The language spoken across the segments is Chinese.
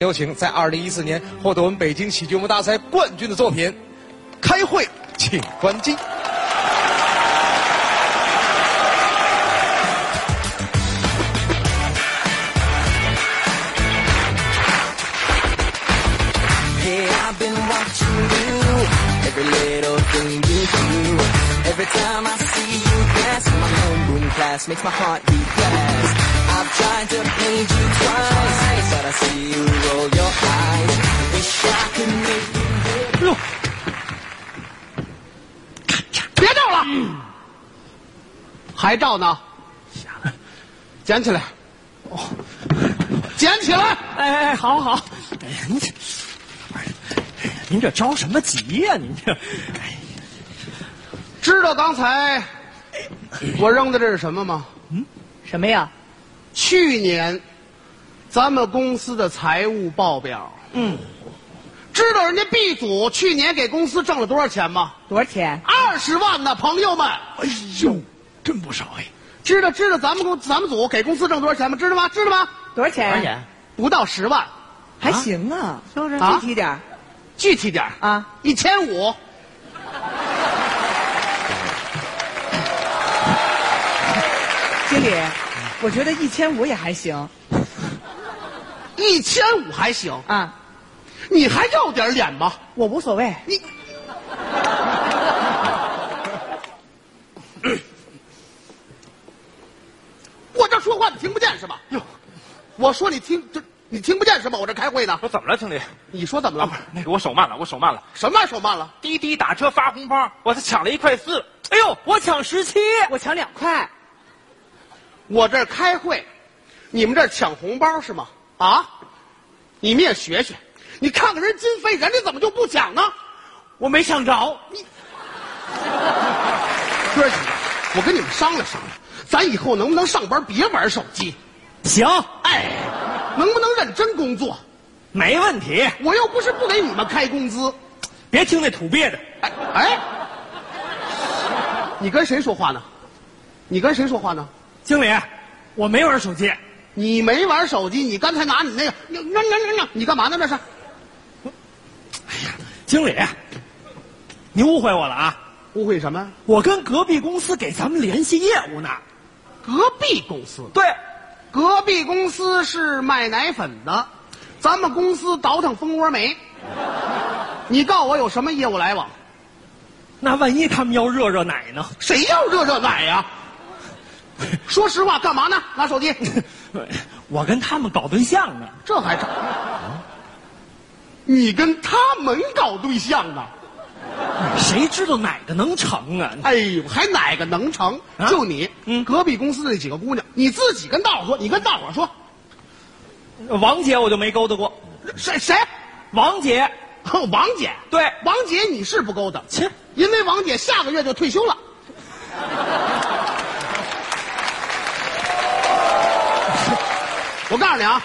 有请在二零一四年获得我们北京喜剧文大赛冠军的作品《开会》，请关机。 Hey, I've been watching you, every little thing you do. Every time I see you pass, my homeroom class makes my heart beat fast. I've tried to paint you twice, but I see you roll your eyes. Wish I could make you 别照了，还照呢？捡起来，哦，捡起来！哎哎，好好。哎呀，您这，哎您这着什么急呀、您这，知道刚才我扔的这是什么吗？嗯什么呀？去年咱们公司的财务报表。嗯，知道人家 B 组去年给公司挣了多少钱吗？多少钱？二十万呢，朋友们！哎呦，真不少哎。知道知道咱们公咱们组给公司挣多少钱吗？知道吗？知道吗？哎多啊少钱？导演，不到十万，还行啊，是不是？啊具体点儿具体点儿啊，一千五。经理，我觉得一千五也还行一千五还行，啊，你还要点脸吗？我无所谓。你，我这说话你听不见是吧？哟，我说你听这你听不见是吧？我这开会呢。我怎么了，经理？你说怎么啊了？那个我手慢了，我手慢了。什么手慢了？滴滴打车发红包，我才抢了一块四。哎呦，我抢十七。我抢两块，我这儿开会，你们这儿抢红包是吗？啊，你们也学学，你看看人金飞，人家怎么就不抢呢？我没想着，哥几个，我跟你们商量商量，咱以后能不能上班别玩手机？行，哎，能不能认真工作？没问题。我又不是不给你们开工资。别听那土鳖的，哎哎，你跟谁说话呢？你跟谁说话呢？经理，我没玩手机，你没玩手机，你刚才拿你那个，那那那那，你干嘛呢？这是？哎经理，你误会我了啊！误会什么？我跟隔壁公司给咱们联系业务呢。隔壁公司，对，隔壁公司是卖奶粉的，咱们公司倒腾蜂窝煤。你告诉我有什么业务来往？那万一他们要热热奶呢？谁要热热奶呀、说实话，干嘛呢？拿手机，我跟他们搞对象呢。这还找？你跟他们搞对象呢？谁知道哪个能成啊？哎呦，还哪个能成？啊就你，嗯隔壁公司的那几个姑娘，你自己跟大伙说，你跟大伙说，王姐我就没勾搭过，谁谁？王姐，哼王姐，对王姐你是不勾搭，切，因为王姐下个月就退休了。我告诉你啊，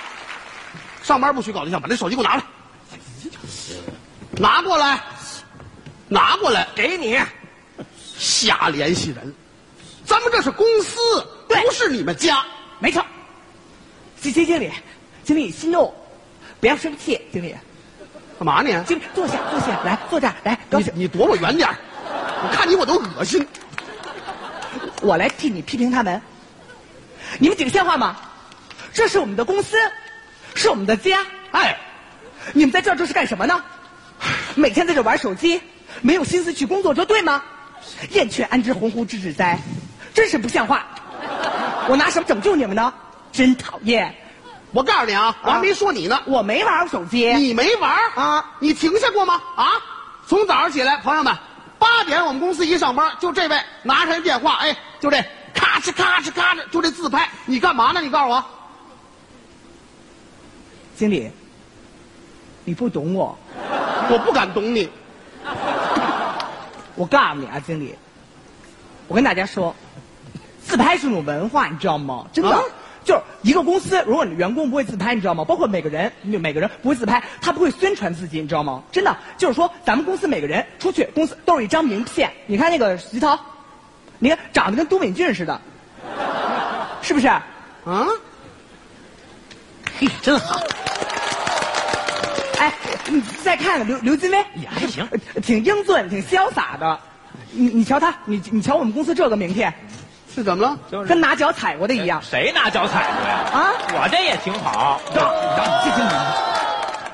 上班不许搞对象，把那手机给我拿来，拿过来，拿过来，给你，瞎联系人，咱们这是公司，对不是你们家。没错。经经经理，经理息怒，不要生气，经理，干嘛呢？经理坐下坐下，来坐这儿来，高你兴，你躲我远点儿我看你我都恶心。我来替你批评他们。你们几个像话吗？这是我们的公司，是我们的家，哎，你们在这儿这是干什么呢？每天在这玩手机，没有心思去工作，这对吗？燕雀安知鸿鹄之志哉？真是不像话！我拿什么拯救你们呢？真讨厌！我告诉你啊，我还没说你呢，我没玩过手机，你没玩儿啊？你停下过吗？啊，从早上起来，朋友们，八点我们公司一上班，就这位拿上电话，哎，就这咔哧咔哧咔哧，就这自拍，你干嘛呢？你告诉我，经理，你不懂我。我不敢懂你。我告诉你啊，经理，我跟大家说，自拍是一种文化，你知道吗？真的。啊就是一个公司，如果你的员工不会自拍，你知道吗？包括每个人，每每个人不会自拍，他不会宣传自己，你知道吗？真的，就是说咱们公司每个人出去，公司都是一张名片。你看那个徐涛，你看长得跟都敏俊似的，是不是？啊嗯，嘿，真好。哎，你再看看刘刘金威，也还行呃挺英俊，挺潇洒的。你你瞧他，你你瞧我们公司这个名片，是怎么了？就是跟拿脚踩过的一样谁拿脚踩过呀？啊！我这也挺好，谢谢你。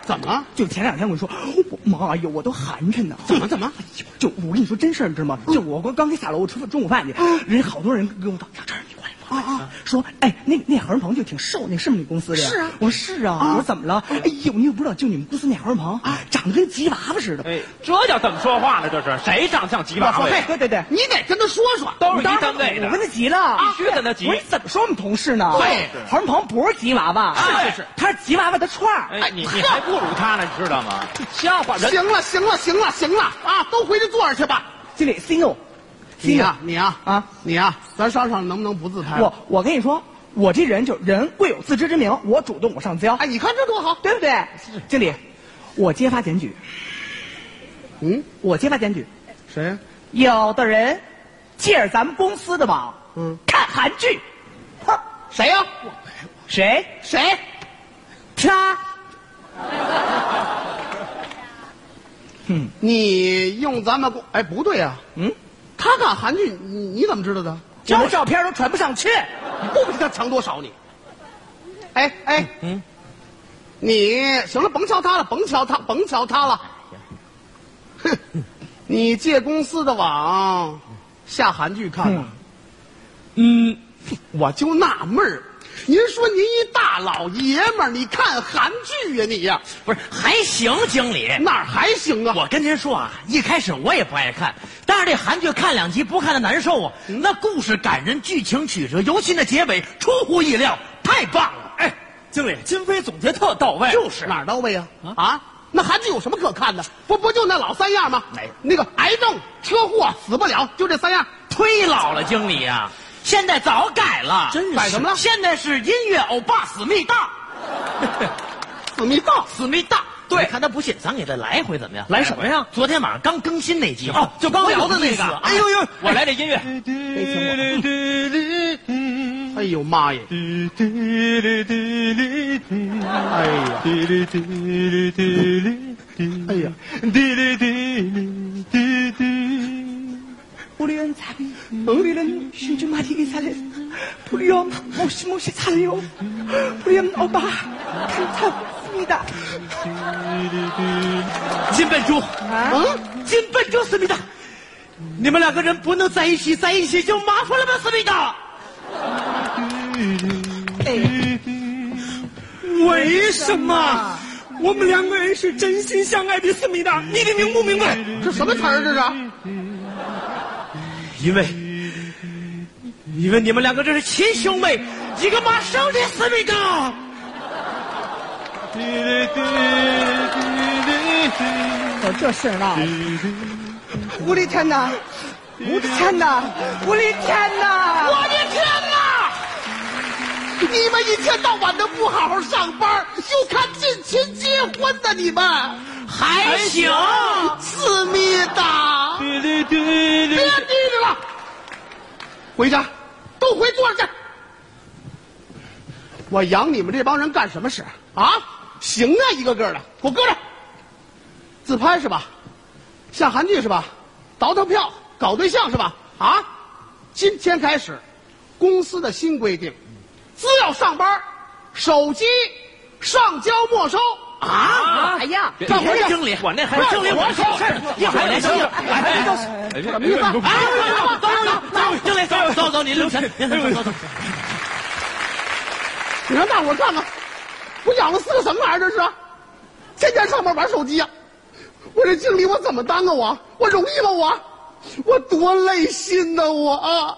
怎么了？就前两天我跟你说，我妈呀，我都寒碜呢。哎怎么怎么？就我跟你说真事儿，你知道吗？就我刚刚给下楼，我吃中午饭去，人好多人跟我打这儿你过来，你过啊来，说哎，那那何润鹏就挺瘦，那是不是你公司的呀？是啊啊我说是啊，我说怎么了？哎呦，你又不知道，就你们公司那何润鹏长得跟吉娃娃似的。哎，这叫怎么说话呢？这是谁长相吉我娃说娃呀？嘿，对对对，你得跟他说说。都是一当时单位的啊我。跟他急了，必须跟他急我说你怎么说我们同事呢？对，何润鹏不是吉娃娃，是是是，他是吉娃娃的串儿。哎，你你还不如他呢，你知道吗？笑话人行了行了行了行了啊，都回去坐着去吧。经理，single，你呀、你呀啊你呀、咱商场能不能不自拍？啊我我跟你说，我这人就人贵有自知之明，我主动我上交，哎，你看这多好。对不对？经理，我揭发检举，嗯，我揭发检举，谁呀？有的人借着咱们公司的网，嗯，看韩剧，哼，谁呀、谁啊谁？他你用咱们公？哎，不对呀、嗯，他看韩剧，你你怎么知道的？我的照片都传不上去，你不比他强多少你？哎哎，嗯，你行了，甭瞧他了，甭瞧他，甭瞧他了。哼，你借公司的网下韩剧看吧。嗯，我就纳闷儿，您说您一大老爷们儿，你看韩剧呀、你呀、不是还行，经理。哪儿还行啊？我跟您说啊，一开始我也不爱看，但是这韩剧看两集不看的难受啊。嗯那故事感人，剧情曲折，尤其那结尾出乎意料，太棒了！哎，经理金飞总结特到位，就是哪儿到位啊？啊，那韩剧有什么可看的？不不就那老三样吗？哪个那个癌症、车祸、死不了，就这三样。忒老了，经理啊，现在早改了，真是改什么了现在是音乐欧巴思密达，死密道，思密达。对，看他不信，咱给他来一回怎么样？来什么呀？昨天晚上刚更新那集哦，就刚聊的那个。哎呦呦，我来这音乐，哎呦妈耶！哎呀，哎呀， 우리은자비우리는신주마리이사레우리엄모시모시살요우리엄오빠감사합니다 金笨猪，嗯，金笨猪思密达，你们两个人不能在一起，在一起就麻烦了吧，思密达。为什么？我们两个人是真心相爱的思密达，你得明不明白？这什么词儿这是？因为，因为你们两个这是 亲兄妹，一个妈生的思密 达。有这事儿闹的！我的天哪！我的天哪！我的天哪！我的天哪！你们一天到晚的不好好上班，就看近亲结婚呢，你们还行思密达，别滴哎滴了，回家，都回坐着去。我养你们这帮人干什么使啊？行啊，一个个的，给我搁这儿。自拍是吧？下韩剧是吧？倒腾票、搞对象是吧？啊！今天开始，公司的新规定，只要上班，手机上交没收啊！哎呀，别干活去经理，我那还干活经理，我说事儿，一会儿来经理，哎，什么意思？哎，走走走，经理走走走，您留神，您走走走。你让大伙儿看看，我养了四个什么玩意儿？这是，天天上班玩手机呀、我这经理我怎么当啊？我我容易吗？我我多累心呐、我啊！